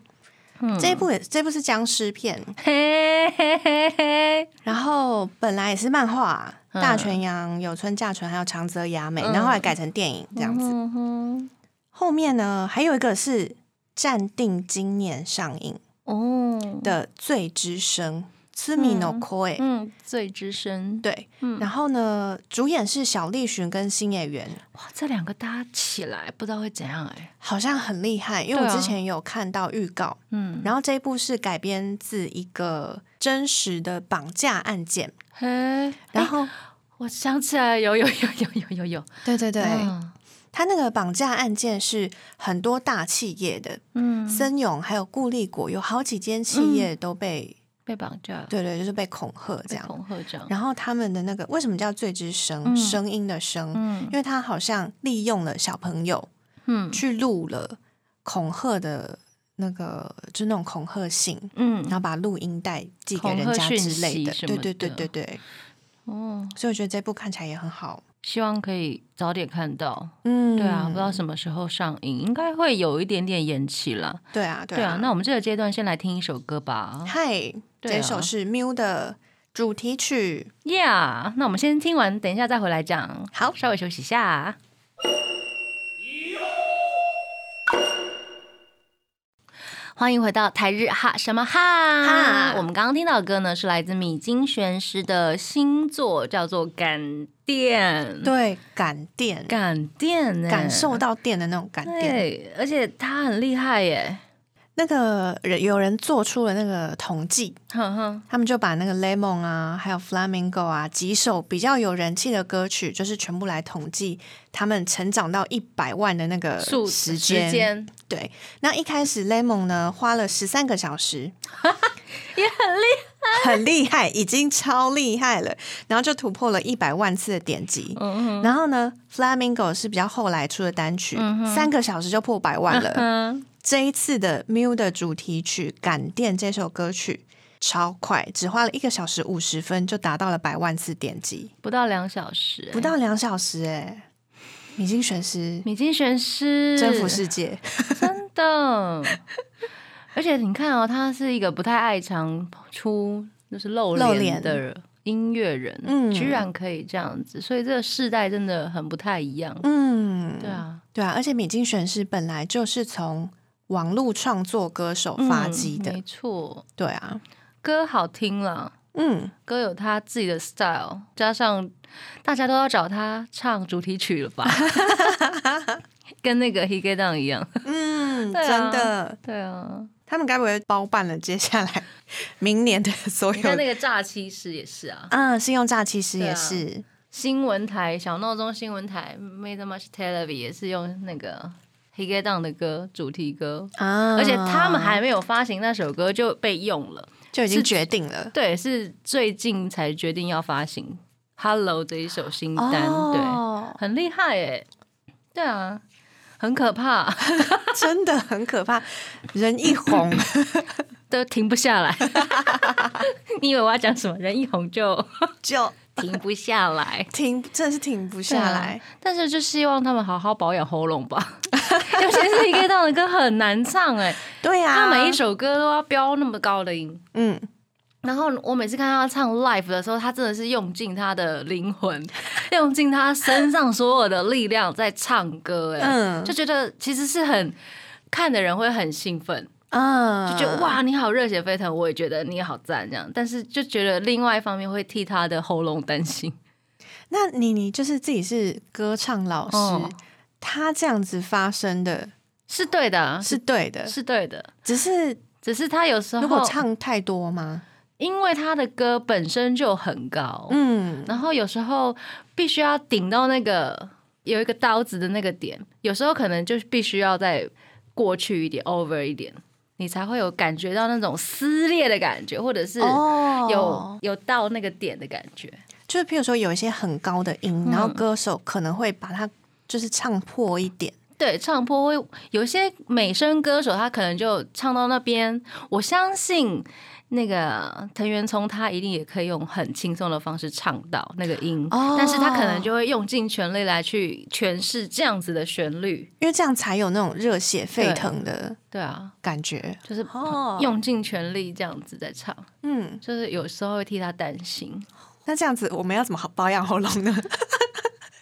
Speaker 2: 嗯
Speaker 3: 这一部也，这部是僵尸片。
Speaker 2: 嘿嘿嘿嘿，
Speaker 3: 然后本来也是漫画，
Speaker 2: 嗯
Speaker 3: 大泉洋、有村架纯还有长泽雅美，
Speaker 2: 嗯
Speaker 3: 然后还改成电影这样子。
Speaker 2: 嗯哼，
Speaker 3: 后面呢，还有一个是暂定今年上映
Speaker 2: 哦，
Speaker 3: 的《罪之声》（Tsumi no Koi）。
Speaker 2: 嗯，最之声，
Speaker 3: 对，
Speaker 2: 嗯
Speaker 3: 然后呢，主演是小栗旬跟新演员，
Speaker 2: 哇，这两个搭起来不知道会怎样哎、
Speaker 3: 好像很厉害，因为
Speaker 2: 对
Speaker 3: 我
Speaker 2: 啊
Speaker 3: 之前有看到预告。
Speaker 2: 嗯，
Speaker 3: 然后这一部是改编自一个真实的绑架案件，
Speaker 2: 嘿，哎
Speaker 3: 然后、
Speaker 2: 我想起来，有有有有有有有，
Speaker 3: 对对对，
Speaker 2: 嗯
Speaker 3: 他那个绑架案件是很多大企业的，
Speaker 2: 嗯，
Speaker 3: 森永还有固力果有好几间企业都被，
Speaker 2: 被绑架，
Speaker 3: 对对，就是被恐吓这
Speaker 2: 嗯被
Speaker 3: 样。
Speaker 2: 恐吓这样，
Speaker 3: 然后他们的那个为什么叫罪之声？
Speaker 2: 嗯
Speaker 3: 声音的声，
Speaker 2: 嗯
Speaker 3: 因为他好像利用了小朋友
Speaker 2: 嗯
Speaker 3: 去录了恐吓的那个，就是那种恐吓信，然
Speaker 2: 嗯，
Speaker 3: 后把录音带寄给人
Speaker 2: 恐
Speaker 3: 家
Speaker 2: 吓讯
Speaker 3: 之类的。
Speaker 2: 息什
Speaker 3: 对
Speaker 2: 么
Speaker 3: 对对
Speaker 2: 的
Speaker 3: 对对，
Speaker 2: 哦，
Speaker 3: 所以我觉得这部看起来也很好。
Speaker 2: 希望可以早点看到。嗯
Speaker 3: 嗯，
Speaker 2: 对啊，不知道什么时候上映，应该会有一点点延期啦。
Speaker 3: 对啊，对
Speaker 2: 对啊，那我们这个阶段先来听一首歌吧。
Speaker 3: 嗨，
Speaker 2: 对
Speaker 3: 这
Speaker 2: 啊
Speaker 3: 首是 Miu 的主题曲。
Speaker 2: Yeah，那我们先听完，等一下再回来讲。
Speaker 3: 好
Speaker 2: 稍微休息一下。欢迎回到台日哈什么哈
Speaker 3: 哈
Speaker 2: 我们刚刚听到的歌呢，是来自米津玄师的新作，叫做《感电》。，
Speaker 3: 对，感电，
Speaker 2: 嗯感电呢，
Speaker 3: 感受到电的那种感电。
Speaker 2: 对，而且他很厉害耶，
Speaker 3: 那个人有人做出了那个统计，
Speaker 2: 哼哼，
Speaker 3: 他们就把那个 Lemon 啊，还有 Flamingo 啊几首比较有人气的歌曲，就是全部来统计他们成长到一百万的那个
Speaker 2: 数
Speaker 3: 时
Speaker 2: 时
Speaker 3: 间。
Speaker 2: 间
Speaker 3: 对，那一开始 Lemon 呢花了十三个小时，
Speaker 2: 也很厉
Speaker 3: 很厉害，已经超厉害了，然后就突破了一百万次的点击。
Speaker 2: 嗯
Speaker 3: 然后呢，Flamingo 是比较后来出的单曲，
Speaker 2: 嗯哼
Speaker 3: 三个小时就破百万了。
Speaker 2: 嗯，
Speaker 3: 这一次的 Miu 的主题曲《感电》这首歌曲超快，只花了一个小时五十分就达到了百万次点击，
Speaker 2: 不到两小时，
Speaker 3: 不到两小时哎、米津玄师
Speaker 2: 米津玄师
Speaker 3: 征服世界，
Speaker 2: 真的。而且你看哦，他是一个不太爱常出就是露
Speaker 3: 露
Speaker 2: 脸
Speaker 3: 脸
Speaker 2: 的音乐人，
Speaker 3: 嗯
Speaker 2: 居然可以这样子，所以这个世代真的很不太一样。
Speaker 3: 嗯，
Speaker 2: 对啊，
Speaker 3: 对啊，而且米津玄师本来就是从网络创作歌手
Speaker 2: 嗯
Speaker 3: 发迹的，
Speaker 2: 没错，
Speaker 3: 对啊，
Speaker 2: 歌好听啦。
Speaker 3: 嗯，
Speaker 2: 歌有他自己的 style，加上大家都要找他唱主题曲了吧？ 跟那个 Hige Down 一样。
Speaker 3: 嗯，
Speaker 2: 对啊
Speaker 3: 真的。
Speaker 2: 对啊，
Speaker 3: 他们该不会包办了接下来 明年的所
Speaker 2: 你看
Speaker 3: 有？
Speaker 2: 那个啊诈欺师也是啊，
Speaker 3: 嗯，信用诈欺师也是，
Speaker 2: 新闻台小闹钟新闻台 Made Much Television 也是用那个 Hige d o w n 的歌主题歌，
Speaker 3: 啊
Speaker 2: 而且他们还没有发行那首歌就被用了。
Speaker 3: 就已
Speaker 2: 是
Speaker 3: 经决定了。
Speaker 2: 对，是最近才决定要发行《Hello》这一首新单，
Speaker 3: 哦
Speaker 2: 对，很厉害哎，对啊，很可怕，
Speaker 3: 真的很可怕，人一红，
Speaker 2: 都停不下 来。你以为我要讲什么？人一红就
Speaker 3: 就
Speaker 2: 停不下来，
Speaker 3: 停，真的是停不
Speaker 2: 啊
Speaker 3: 下来。
Speaker 2: 但是就希望他们好好保养喉咙 吧，尤其是 Hige d o w n 的歌很难唱哎、
Speaker 3: 对呀、
Speaker 2: 他每一首歌都要飙那么高的音。
Speaker 3: 嗯，
Speaker 2: 然后我每次看他唱 live 的时候，他真的是用尽他的灵魂， 用尽他身上所有的力量在唱歌，哎、
Speaker 3: 嗯
Speaker 2: 就觉得其实是很看的人会很兴奋，
Speaker 3: 啊，
Speaker 2: 就觉得哇，你好热血沸腾，我也觉得你好赞这样，但是就觉得另外一方面会替他的喉咙担心，
Speaker 3: 那你你就是自己是歌唱老师，
Speaker 2: 哦
Speaker 3: 他这样子发声的
Speaker 2: 是对的啊，
Speaker 3: 是对的，
Speaker 2: 是对的，
Speaker 3: 只是
Speaker 2: 只是他有时候
Speaker 3: 如果，唱太多吗？
Speaker 2: 因为他的歌本身就很高，
Speaker 3: 嗯，
Speaker 2: 然后有时候必须要顶到那个有一个刀子的那个点，有时候可能就必须要再过去一点，over 一点，你才会有感觉到那种撕裂的感觉，或者是有、
Speaker 3: 哦
Speaker 2: 有到那个点的感觉。
Speaker 3: 就是譬如说有一些很高的音，然后
Speaker 2: 嗯
Speaker 3: 歌手可能会把它就是唱破一点，
Speaker 2: 对，唱坡会有一些美声歌手，他可能就唱到那边。我相信那个藤原聪，他一定也可以用很轻松的方式唱到那个音，
Speaker 3: 哦
Speaker 2: 但是他可能就会用尽全力来去诠释这样子的旋律。
Speaker 3: 因为这样才有那种热血沸腾的
Speaker 2: 对啊，
Speaker 3: 感觉。
Speaker 2: 就是
Speaker 3: 哦
Speaker 2: 用尽全力这样子在唱，
Speaker 3: 嗯，
Speaker 2: 就是有时候会替他担心。
Speaker 3: 那这样子我们要怎么好保养喉咙呢？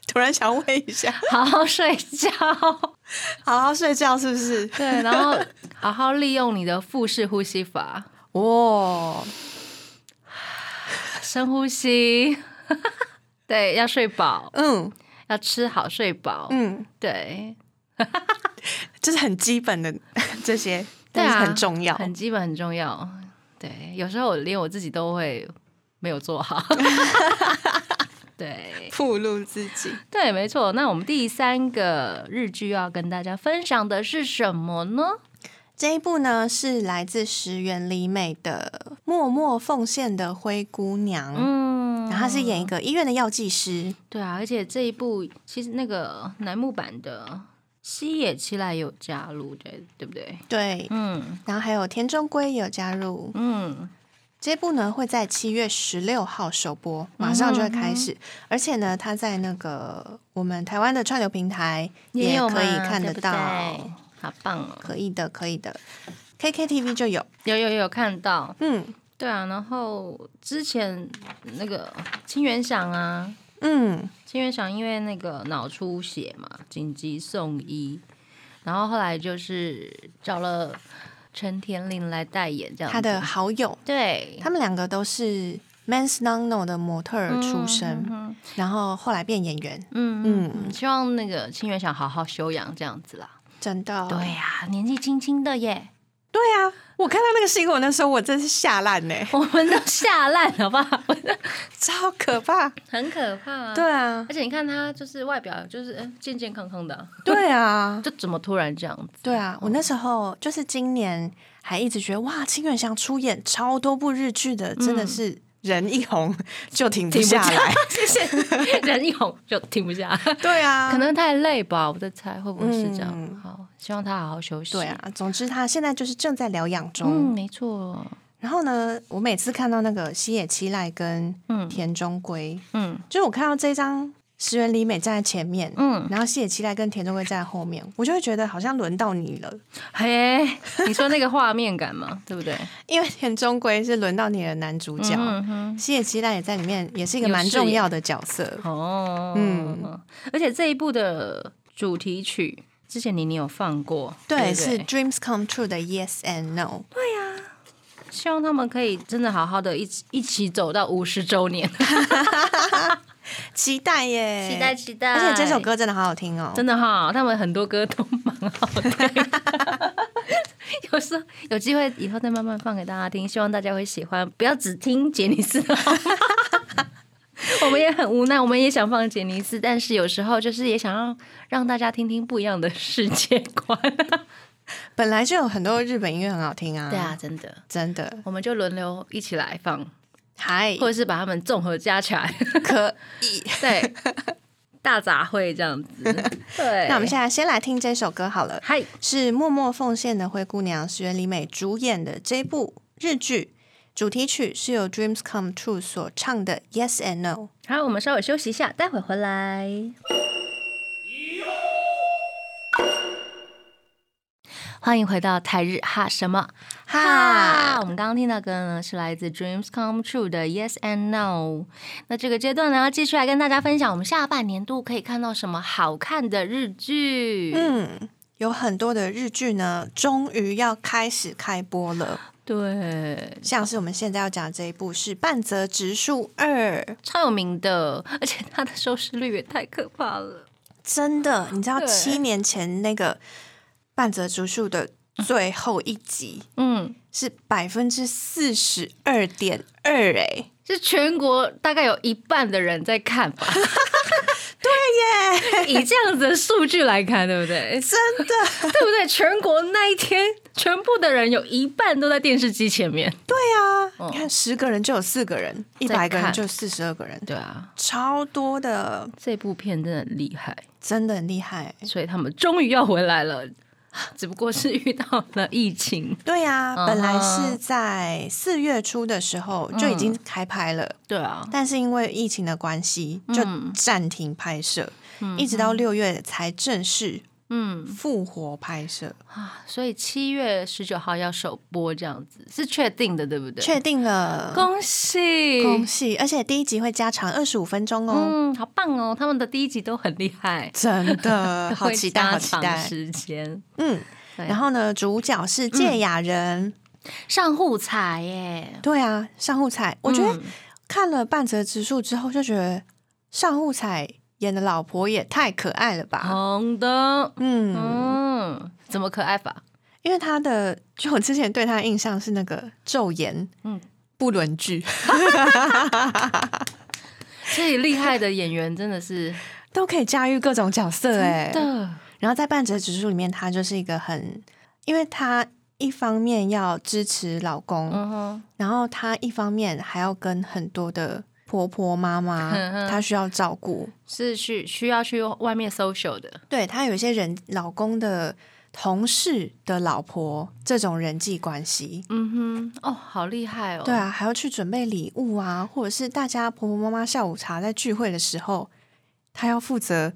Speaker 3: 突然想问一下，
Speaker 2: 好好睡觉，
Speaker 3: 好好睡觉是不是？
Speaker 2: 对，然后好好利用你的腹式呼吸法，
Speaker 3: 哇、哦
Speaker 2: 深呼吸， 对，要睡饱，
Speaker 3: 嗯
Speaker 2: 要吃好睡饱，
Speaker 3: 嗯，
Speaker 2: 对，
Speaker 3: 就是很基本的这些，
Speaker 2: 对啊
Speaker 3: 但是很重要。
Speaker 2: 很基本很重要。对，有时候我连我自己都会没有做好。 对，
Speaker 3: 暴露自己。
Speaker 2: 对，没错。那我们第三个日剧要跟大家分享的是什么呢？
Speaker 3: 这一部呢是来自石原里美的《默默奉献的灰姑娘》，
Speaker 2: 嗯，
Speaker 3: 然后她是演一个医院的药剂师。
Speaker 2: 对啊，而且这一部其实那个楠木版的西野七濑也有加入，对对不对？
Speaker 3: 对，
Speaker 2: 嗯
Speaker 3: 然后还有田中圭也有加入。
Speaker 2: 嗯，
Speaker 3: 这部呢会在七月十六号首播，马上就会开
Speaker 2: 嗯
Speaker 3: 始。而且呢，它在那个我们台湾的串流平台也
Speaker 2: 有吗
Speaker 3: 可以看得到，
Speaker 2: 对不对好棒哦！
Speaker 3: 可以的，可以的。KKTV 就有，
Speaker 2: 有有有看到，
Speaker 3: 嗯
Speaker 2: 对啊。然后之前那个清源响啊，
Speaker 3: 嗯，
Speaker 2: 清源响因为那个脑出血嘛，紧急送医，然后后来就是找了陈田玲来代言这样子。
Speaker 3: 他的好友，
Speaker 2: 对，
Speaker 3: 他们两个都是 Mans Nono 的模特儿出身，然后后来变演员，
Speaker 2: 嗯嗯，希望那个清源想好好休养这样子啦。
Speaker 3: 真的。
Speaker 2: 对呀、年纪轻轻的耶，
Speaker 3: 对啊，我看到那个新闻的时候，我真是吓烂 呢、欸
Speaker 2: 我们都吓烂好不好？
Speaker 3: 超可怕。
Speaker 2: 很可怕、啊。
Speaker 3: 对，啊
Speaker 2: 而，且你看他就是外表就是呃健健康康的啊、
Speaker 3: 对啊，
Speaker 2: 就怎么突然这 样子？
Speaker 3: 对啊，我那时候就是今年还一直觉得哇，清源祥出演超多部日剧的，真的是人一红就嗯停不下来。
Speaker 2: 谢谢，人一红就停不下来，
Speaker 3: 对啊，
Speaker 2: 可能太累吧，我在猜会不会是这样。
Speaker 3: 嗯
Speaker 2: 好，希望他好好休息。
Speaker 3: 对，啊。总之，他现在就是正在疗养中。
Speaker 2: 嗯，没错，
Speaker 3: 然后呢，我每次看到那个西野七濑跟
Speaker 2: 嗯
Speaker 3: 田中圭，
Speaker 2: 嗯
Speaker 3: 就是我看到这张石原里美站在前面，
Speaker 2: 嗯，
Speaker 3: 然后西野七濑跟田中圭站在后面，我就会觉得好像轮到你了，
Speaker 2: 嘿， 你说那个画面感嘛，对不对？
Speaker 3: 因为田中圭是轮到你的男主角，
Speaker 2: 嗯哼。
Speaker 3: 西野七濑也在里面，也是一个
Speaker 2: 有
Speaker 3: 蛮
Speaker 2: 饰
Speaker 3: 重
Speaker 2: 演
Speaker 3: 要的角色。
Speaker 2: 哦，
Speaker 3: 嗯
Speaker 2: 嗯，而且这一部的主题曲之前妮妮有放过，
Speaker 3: 对，
Speaker 2: 不
Speaker 3: 是 Dreams Come True 的 Yes and No。
Speaker 2: 希望他们可以真的好好的一起一起走到五十周年，
Speaker 3: 期待耶！
Speaker 2: 期待
Speaker 3: 而且这首歌真的好好听哦，
Speaker 2: 真的哈、他们很多歌都蛮好听， 有时候有机会以后再慢慢放给大家听，希望大家会喜欢，不要只听杰尼斯的好吗 我们也很无奈，我们也想放杰尼斯，但是有时候就是也想让让大家听听不一样的世界观。
Speaker 3: 本来就有很多日本音乐很好听啊，
Speaker 2: 对啊，，真的，
Speaker 3: 真的，
Speaker 2: 我们就轮流一起来放，
Speaker 3: 还
Speaker 2: 或者是把它们综合加起 来，
Speaker 3: 可以。
Speaker 2: 对，大杂烩这 样子。 对，
Speaker 3: 那我们现在先来听这首歌好了，
Speaker 2: 嗨，
Speaker 3: 是默默奉献的灰姑娘，石原里美主演的这部日剧。主题曲是由 Dreams Come True 所唱的《Yes and No》。
Speaker 2: 好，我们稍微休息一下，待会回来。欢迎回到台日哈什么哈？
Speaker 3: 哈
Speaker 2: 我们刚刚听到歌呢，是来自 Dreams Come True 的 Yes and No。那这个阶段呢，要继续来跟大家分享我们下半年度可以看到什么好看的日剧。
Speaker 3: 嗯，有很多的日剧呢，终于要开始开播了。
Speaker 2: 对，
Speaker 3: 像是我们现在要讲的这一部是《半泽直树二》，
Speaker 2: 超有名的， 而且它的收视率也太可怕了。
Speaker 3: 真的，你知道
Speaker 2: 对
Speaker 3: 七年前那个《半泽直树》的最后一集
Speaker 2: 嗯，
Speaker 3: 是百分之四十二点二，哎，
Speaker 2: 是全国大概有一半的人在看吧？ 对 耶，以这样子的数据来看，对不对？
Speaker 3: 真的。
Speaker 2: 对不对？全国那一天，全部的人有一半都在电视机前面。嗯
Speaker 3: 啊你看十个人就有四个人，一百个人就有四十二个人，
Speaker 2: 对啊，
Speaker 3: 超多的，
Speaker 2: 这部片真的很厉害，
Speaker 3: 真的很厉害。
Speaker 2: 所以他们终于要回来了， 只不过是遇到了疫情。
Speaker 3: 对呀、
Speaker 2: 嗯哼
Speaker 3: 本来是在四月初的时候就已经开拍了，
Speaker 2: 对啊，
Speaker 3: 但是因为疫情的关系就
Speaker 2: 嗯
Speaker 3: 暂停拍摄，一直到六月才正式
Speaker 2: 嗯
Speaker 3: 复活拍摄，
Speaker 2: 啊，所以七月十九号要首播，这样子是确定的，对不对？
Speaker 3: 确定了，
Speaker 2: 恭喜
Speaker 3: 恭喜！而且第一集会加长二十五分钟哦，
Speaker 2: 嗯，好棒哦！他们的第一集都很厉害，
Speaker 3: 真的 好
Speaker 2: 会
Speaker 3: 期待，好
Speaker 2: 加
Speaker 3: 期
Speaker 2: 长
Speaker 3: 待。
Speaker 2: 时间，
Speaker 3: 嗯，
Speaker 2: 对
Speaker 3: 然后呢，主角是芥雅人，
Speaker 2: 上户彩耶，
Speaker 3: 对啊，上户彩，我觉得
Speaker 2: 嗯
Speaker 3: 看了《半泽直树》之后，就觉得上户彩演的老婆也太可爱了吧。
Speaker 2: 红的，
Speaker 3: 嗯，
Speaker 2: 嗯，怎么可爱法？
Speaker 3: 因为他的，就我之前对他的印象是那个昼颜，
Speaker 2: 嗯
Speaker 3: 嗯，不伦剧，
Speaker 2: 所以厉害的演员真的 是
Speaker 3: 都可以驾驭各种角色哎、
Speaker 2: 的，
Speaker 3: 然后在《半泽直树》里面，她就是一个很，因为她一方面要支持老公，
Speaker 2: 嗯哼，
Speaker 3: 然后她一方面还要跟很多的婆婆妈妈
Speaker 2: 哼嗯哼，
Speaker 3: 她需要照顾。
Speaker 2: 是去需要去外面 social 的，
Speaker 3: 对她有一些人老公的同事的老婆这种人际关系。
Speaker 2: 嗯哼，哦，好厉害哦，
Speaker 3: 对，啊，还要去准备礼物啊，或者是大家婆婆妈妈下午茶在聚会的时候，她要负责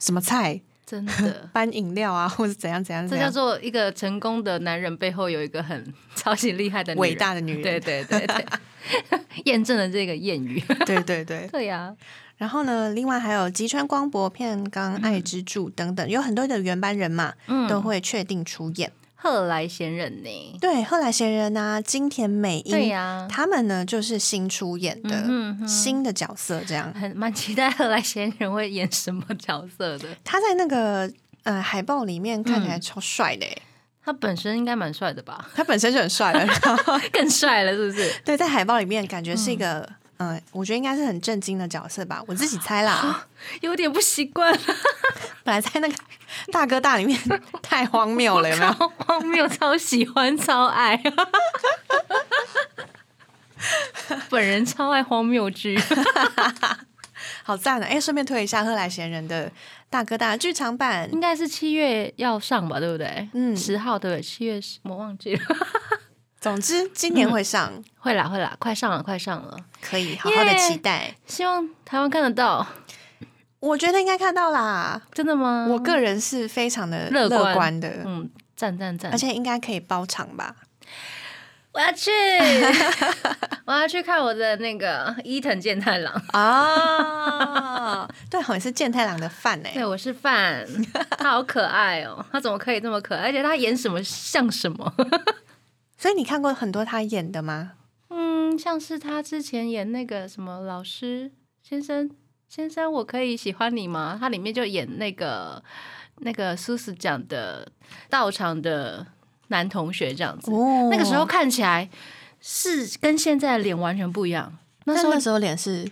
Speaker 3: 什么菜、。
Speaker 2: 真的
Speaker 3: 搬饮料啊，或者怎样怎样
Speaker 2: 这
Speaker 3: 怎
Speaker 2: 叫
Speaker 3: 样，
Speaker 2: 做一个成功的男人背后有一个很 超级厉害的女人
Speaker 3: 伟大的女
Speaker 2: 对
Speaker 3: 人。
Speaker 2: 对对对， 验证了这个谚语。
Speaker 3: 对对对。
Speaker 2: 对啊呀、
Speaker 3: 然后呢，另外还有吉川光博、片冈爱之助等等，有很多的原班人马
Speaker 2: 嗯
Speaker 3: 都会确定出演。
Speaker 2: 后来贤人呢？
Speaker 3: 对，后来贤人啊，金田美英，
Speaker 2: 对呀
Speaker 3: 他们呢就是新出演的、
Speaker 2: 嗯哼哼
Speaker 3: 新的角色，这样。
Speaker 2: 很蛮期待后来贤人会演什么角色的。
Speaker 3: 他在那个呃海报里面看起来
Speaker 2: 嗯
Speaker 3: 超帅的、欸，
Speaker 2: 他本身应该蛮帅的吧？
Speaker 3: 他本身就很帅了。然后
Speaker 2: 更帅了，是不是？
Speaker 3: 对，在海报里面感觉是一个。嗯我觉得应该是很震惊的角色吧，我自己 猜啦。
Speaker 2: 有点不习惯，
Speaker 3: 本来在那个 大哥大里面太荒谬了，有没有？
Speaker 2: 超 荒谬，超喜欢，超爱。本人超爱荒谬剧，
Speaker 3: 好赞的！哎，顺便推一下《赫来闲人》的大哥大剧场版
Speaker 2: 应，该是七月要上吧，对不对？嗯，
Speaker 3: 嗯
Speaker 2: 十号对不对？七月十，我忘记了。
Speaker 3: 总之今年会上，
Speaker 2: 会啦会啦，快上了快上了，
Speaker 3: 可以好好的期待。
Speaker 2: 希望台湾看得到。
Speaker 3: 我觉得应该看到啦，
Speaker 2: 真的吗？
Speaker 3: 我个人是非常的
Speaker 2: 嗯乐
Speaker 3: 乐
Speaker 2: 观
Speaker 3: 观的，
Speaker 2: 嗯，赞赞赞！
Speaker 3: 而且应该可以包场吧？
Speaker 2: 我要 去，我要去看我的那个伊藤健太郎。
Speaker 3: 啊， 对，好像是健太郎的饭哎、
Speaker 2: 对，我是 范，他好可爱哦，他怎么可以这么可爱？而且他演什么像什么，
Speaker 3: 所以你看过很多他演的吗？
Speaker 2: 嗯，像是他之前演那个什么老师先生先生，我可以喜欢你吗？他里面就演那个那个苏斯讲的道场的男同学这样子。
Speaker 3: 哦
Speaker 2: 那个时候看起来是跟现在的脸完全不一样，那
Speaker 3: 那
Speaker 2: 时
Speaker 3: 时
Speaker 2: 候
Speaker 3: 候时候脸是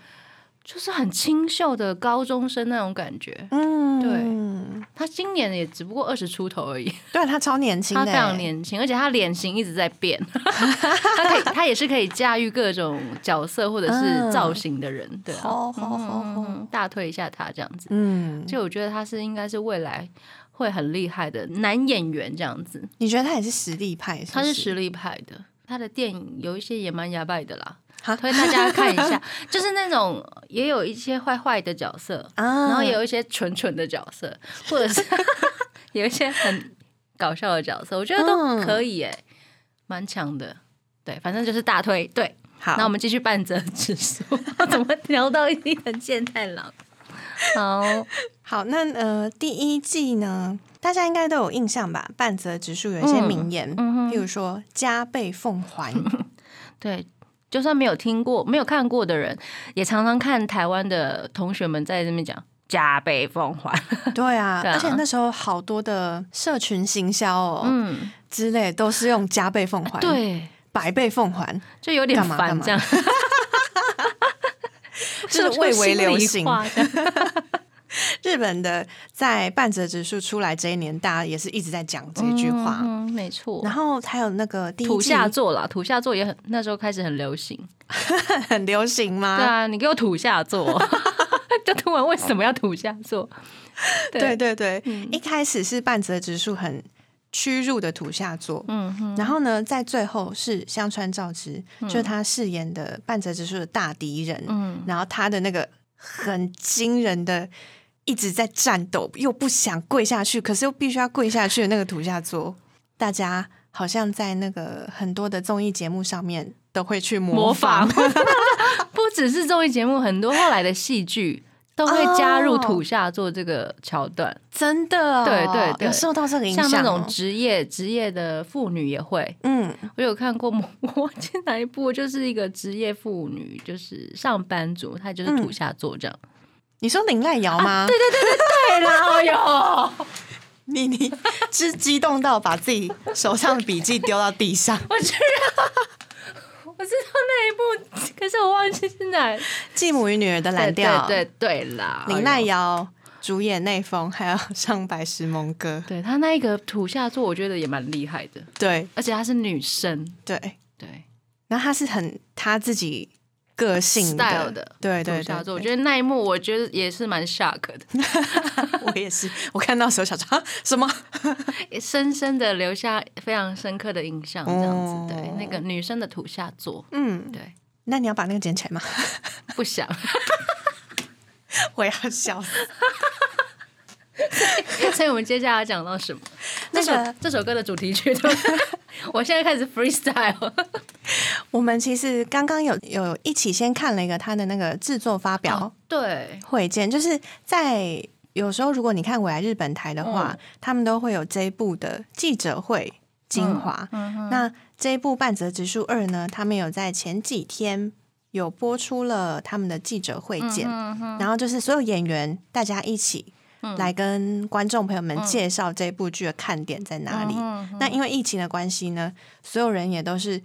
Speaker 2: 就是很清秀的高中生那种感觉。
Speaker 3: 嗯
Speaker 2: 对他今年也只不过二十出头而已，
Speaker 3: 对他超年轻
Speaker 2: 他
Speaker 3: 的，欸
Speaker 2: 非常，年轻，而且他脸型一直在变， 他可以他也是可以驾驭各种角色或者是造型的人，对啊，
Speaker 3: 好好好好，
Speaker 2: 嗯大推一下他这样子。
Speaker 3: 嗯，
Speaker 2: 就我觉得他是应该是未来会很厉害的男演员这样子，
Speaker 3: 你觉得他也是实力派不？
Speaker 2: 他是实力派的。他的电影有一些也蛮牙拜的啦，
Speaker 3: 哈
Speaker 2: 推大家看一下， 就是那种也有一些坏坏的角色，
Speaker 3: 啊，
Speaker 2: 然后也有一些蠢蠢的角色，或者 是有一些很搞笑的角色，我觉得都
Speaker 3: 嗯
Speaker 2: 可以耶、蛮强的。对，反正就是大推。对，
Speaker 3: 好，
Speaker 2: 那我们继续半泽直 树，怎么聊到一个健太郎？好，
Speaker 3: 好，那呃，第一季呢，大家应该都有印象吧？半泽直树有一些
Speaker 2: 嗯
Speaker 3: 名言，譬如说“加倍奉还
Speaker 2: 对，就算没有听过、没有看过的人，也常常看台湾的同学们在那边讲加倍奉还。”，
Speaker 3: 对啊，
Speaker 2: 对啊
Speaker 3: 而且那时候好多的社群行销哦、
Speaker 2: 嗯，
Speaker 3: 之类，都是用加倍奉还，，
Speaker 2: 对，
Speaker 3: 百倍奉还，
Speaker 2: 就有点
Speaker 3: 干嘛干
Speaker 2: 烦
Speaker 3: 嘛
Speaker 2: 这 样，
Speaker 3: 就是蔚为
Speaker 2: 说出
Speaker 3: 流行。
Speaker 2: 心里话这样
Speaker 3: 日本的在半泽直树出来这一年，大家也是一直在讲这句话。
Speaker 2: 嗯，嗯没错。
Speaker 3: 然后还有那个第一
Speaker 2: 土
Speaker 3: 季
Speaker 2: 下座啦，土下座也很那时候开始很流行。
Speaker 3: 很流行吗？
Speaker 2: 对啊，你给我土下 座，就突然为什么要土下座？
Speaker 3: 对，对对，
Speaker 2: 嗯
Speaker 3: 一开始是半泽直树很屈辱的土下座，
Speaker 2: 嗯哼，
Speaker 3: 然后呢，在最后是香川照之，就是他饰演的半泽直树的大敌人，
Speaker 2: 嗯
Speaker 3: 然后他的那个很惊人的。一直在战斗，又不想跪下去，可是又必须要跪下去的那个土下座，大家好像在那个很多的综艺节目上面都会去模
Speaker 2: 模
Speaker 3: 仿
Speaker 2: 仿， 不只是综艺节目，很多后来的戏剧都会
Speaker 3: 哦
Speaker 2: 加入土下座这个桥段，
Speaker 3: 真的、哦，
Speaker 2: 对对对
Speaker 3: 有受到这个影响、
Speaker 2: 像
Speaker 3: 哦，
Speaker 2: 那种职业职业的妇女也会。
Speaker 3: 嗯，
Speaker 2: 我有看过某， 我忘记哪一部，就是一个职业妇女，就是上班族，她就是
Speaker 3: 嗯
Speaker 2: 土下座这样。
Speaker 3: 你说林濑瑶
Speaker 2: 啊
Speaker 3: 吗？对对哦
Speaker 2: 对啦，哎呦。
Speaker 3: 你你是激动到把自己手上的笔记丢到地上，
Speaker 2: 我知道，我知道那一部，可是我忘记是哪。
Speaker 3: 继母与女儿的蓝调，
Speaker 2: 对对对啦，
Speaker 3: 林
Speaker 2: 哎
Speaker 3: 奈
Speaker 2: 呦。
Speaker 3: 瑶主演内丰，还有上白石萌歌，
Speaker 2: 对他那一个土下座，我觉得也蛮厉害的，
Speaker 3: 对
Speaker 2: 而且她是女生，
Speaker 3: 对，
Speaker 2: 对
Speaker 3: 然后他是很他自己个性的
Speaker 2: style 的
Speaker 3: 对
Speaker 2: 土
Speaker 3: 对对
Speaker 2: 下座，我
Speaker 3: 对
Speaker 2: 觉得那一幕我觉得也是蛮 shock 的，
Speaker 3: 我也是，我看到的时候想说啊什么？
Speaker 2: 也深深的留下非常深刻的印象，这样子。对
Speaker 3: 哦，
Speaker 2: 那个女生的土下座，
Speaker 3: 嗯，
Speaker 2: 对，
Speaker 3: 那你要把那个捡 起来吗？
Speaker 2: 不想，
Speaker 3: 我要笑死。
Speaker 2: 所以我们接下来讲到什么？这
Speaker 3: 那
Speaker 2: 首
Speaker 3: 个
Speaker 2: 这首歌的主题曲， 对不对 我现在开始 freestyle。
Speaker 3: 我们其实刚刚有有一起先看了一个他的那个制作发表，
Speaker 2: 哦对，
Speaker 3: 会见，就是在有时候，如果你看未来日本台的话，他们都会有这一部的记者会精华。那这一部《半泽直树二》呢，他们有在前几天有播出了他们的记者会见，然后就是所有演员大家一起。来跟观众朋友们介绍这部剧的看点在哪里。那因为疫情的关系呢，所有人也都是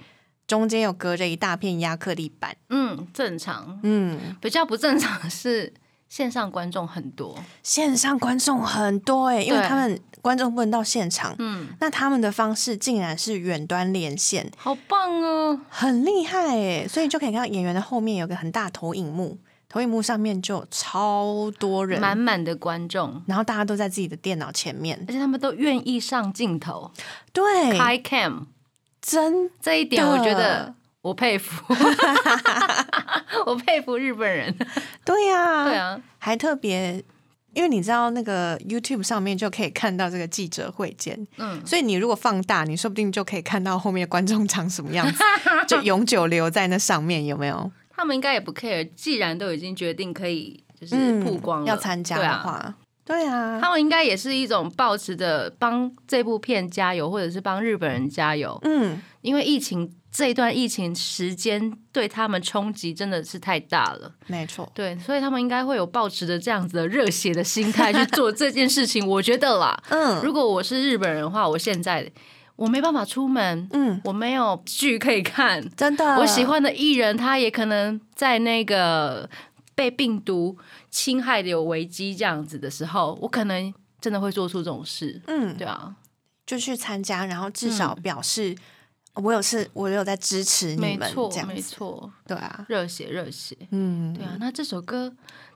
Speaker 3: 中间有隔着一大片亚克力板。
Speaker 2: 嗯，正常。
Speaker 3: 嗯，
Speaker 2: 比较不正常的是线上观众很 多，
Speaker 3: 线上观众很多哎、因为
Speaker 2: 对
Speaker 3: 他们观众不能到现场，
Speaker 2: 嗯，
Speaker 3: 那他们的方式竟然是远端连线，
Speaker 2: 好棒哦！
Speaker 3: 很厉害哎、所以就可以看到演员的后面有个很大投影幕，投影幕上面就有超多人，
Speaker 2: 满满的观众，
Speaker 3: 然后大家都在自己的电脑前面
Speaker 2: 而，且他们都愿意上镜头
Speaker 3: 对，
Speaker 2: 开 cam，
Speaker 3: 真
Speaker 2: 这一点
Speaker 3: 的
Speaker 2: 我觉得我佩服， 我佩服日本人。
Speaker 3: 对呀、
Speaker 2: 对，啊，
Speaker 3: 还特别。因为你知道那个 YouTube 上面就可以看到这个记者会见，
Speaker 2: 嗯，
Speaker 3: 所以你如果放大，你说不定就可以看到后面观众长什么样子，就永久留在那上面，有没有？
Speaker 2: 他们应该也不 care，既然都已经决定可以 就是
Speaker 3: 嗯，
Speaker 2: 曝光了，
Speaker 3: 要参加
Speaker 2: 对
Speaker 3: 的
Speaker 2: 啊
Speaker 3: 话，对啊，
Speaker 2: 他们应该也是一种抱持着帮这部片加油，或者是帮日本人加油，
Speaker 3: 嗯，
Speaker 2: 因为疫情这一段疫情时间对他们冲击真的是太大了，
Speaker 3: 没错，
Speaker 2: 对，所以他们应该会有抱持着这样子的热血 的心态去做这件事情，我觉得啦，
Speaker 3: 嗯，
Speaker 2: 如果我是日本人的话，我现在。我没办法出门，
Speaker 3: 嗯，
Speaker 2: 我没有剧可以看，
Speaker 3: 真的，
Speaker 2: 我喜欢的艺人，他也可能在那个被病毒侵害的有危机这样子的时候，我可能真的会做出这种事，
Speaker 3: 嗯
Speaker 2: 对嗯啊，
Speaker 3: 就去参加，然后至少表示、我有是，我有在支持嗯你
Speaker 2: 没
Speaker 3: 们，
Speaker 2: 错
Speaker 3: 这，样
Speaker 2: 没
Speaker 3: 子，
Speaker 2: 错，
Speaker 3: 对啊，
Speaker 2: 热血热血，
Speaker 3: 嗯，
Speaker 2: 对啊，那这首歌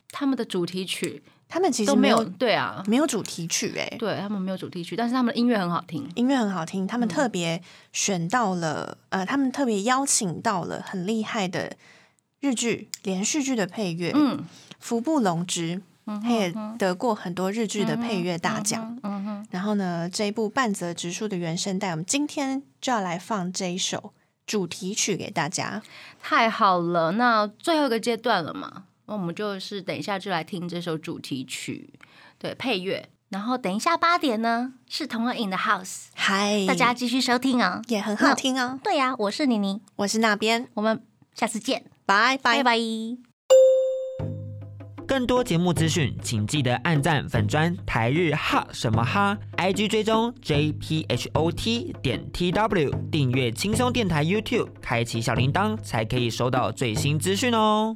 Speaker 2: 他们的主题曲
Speaker 3: 他们其实
Speaker 2: 都没
Speaker 3: 有
Speaker 2: 有，对啊，
Speaker 3: 没有主题曲哎、
Speaker 2: 对他们没有主题曲，但是他们的音乐很好听，
Speaker 3: 音乐很好听，
Speaker 2: 嗯
Speaker 3: 他们特别选到了，呃，他们特别邀请到了很厉害的日剧连续剧的配乐，
Speaker 2: 嗯，
Speaker 3: 服部隆之，他也得过很多日剧的配乐大奖。
Speaker 2: 嗯哼，
Speaker 3: 然后呢，这一部半泽直树的原声带，我们今天就要来放这一首主题曲给大家。
Speaker 2: 太好了，那最后一个阶段了嘛，那我们就是等一下就来听这首主题曲，对配乐。然后等一下八点呢，是同乐 in the house，
Speaker 3: 嗨，
Speaker 2: 大家继续收听啊、
Speaker 3: 也很好听哦。
Speaker 2: 对呀、我是妮妮，
Speaker 3: 我是那边，
Speaker 2: 我们下次见，
Speaker 3: 拜拜
Speaker 2: 拜。拜。
Speaker 5: 更多节目资讯，请记得按赞粉砖台日哈什么哈，IG 追踪 JPHOT 点 TW，订阅轻松电台 YouTube，开启小铃铛才可以收到最新资讯哦。